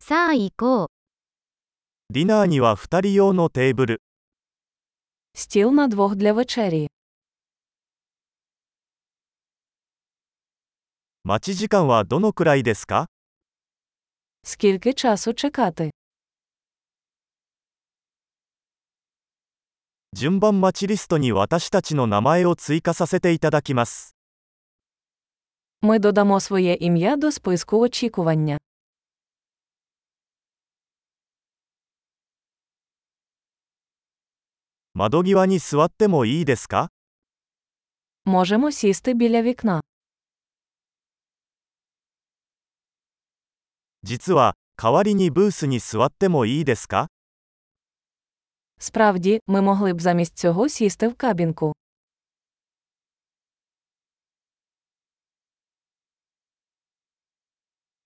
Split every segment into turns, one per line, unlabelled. さあ行こう。
ディナーには2人用のテーブル。
Стіл на двох для вечері.
待ち時間はどのくらいですか
Скільки часу чекати?
順番待ちリストに私たちの名前を追加させていただきます。
Ми додамо своє ім'я до списку очікування.
窓際に座ってもいいですか
Можемо сісти біля вікна.
実は、代わりにブースに座ってもいいですか
Справді, ми могли б замість цього сісти в кабінку.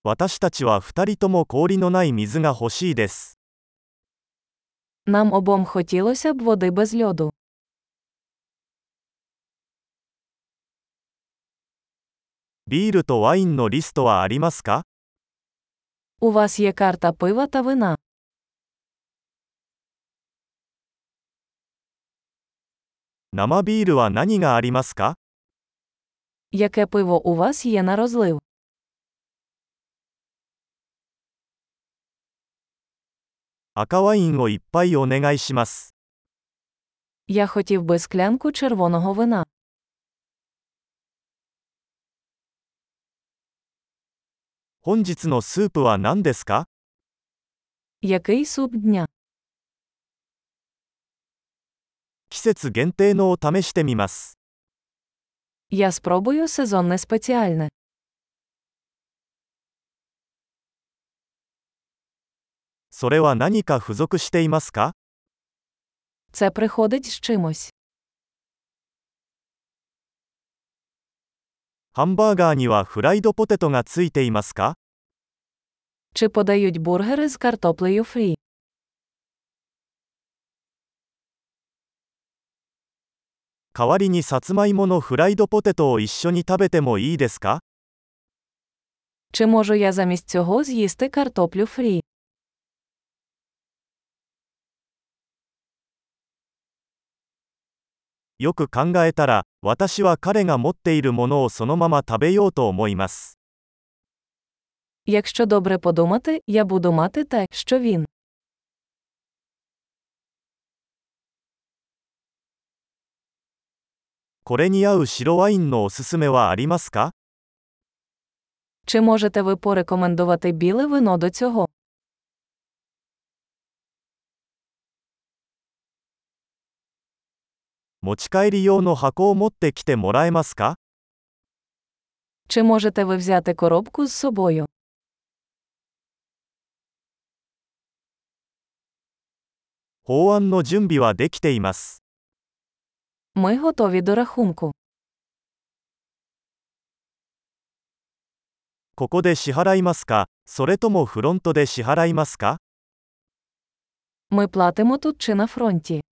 私たちは2人とも氷のない水が欲しいです。
Нам обом хотілося б води без льоду.
ビールとワインのリストはありますか
У вас є карта пива та вина.
生ビールは何がありますか
Яке пиво у вас є на розлив?
赤ワインをいっぱいお願いします。
Я хотів би склянку червоного вина.
本日のスープは何ですか
Який суп дня?
季節限定のを試してみます。
Я спробую сезонне спеціальне.
それは何か付属していますか
Це приходить з чимось.
ハンバーガーにはフライドポテトがついていますか
Чи подають бургери з картоплею фрі?
代わりにさつまいものフライドポテトを一緒に食べてもいいですか
Чи можу я замість цього з'їсти картоплю фрі?
よく考えたら、私は彼が持っているものをそのまま食べようと思います。
Якщо добре подумати, я буду мати те, що він.
これに合う白ワインのおすすめはありますか
Чи можете ви порекомендувати біле вино до цього?
持ち帰り用の箱を持ってきてもらえますか
Чи можете ви взяти коробку з собою?
法案の準備はできています。
Ми готові до рахунку.
ここで支払いますかそれともフロントで支払いますか
Ми платимо тут чи на фронті.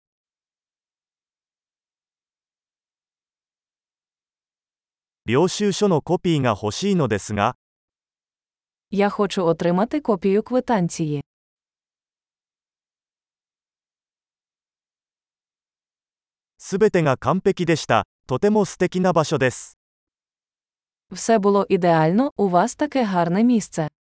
領収書のコピーが欲しいのですが、
Я хочу отримати копію квитанції.
すべてが完璧でした。とても素敵な場所です。
Все було ідеально, у вас таке гарне місце.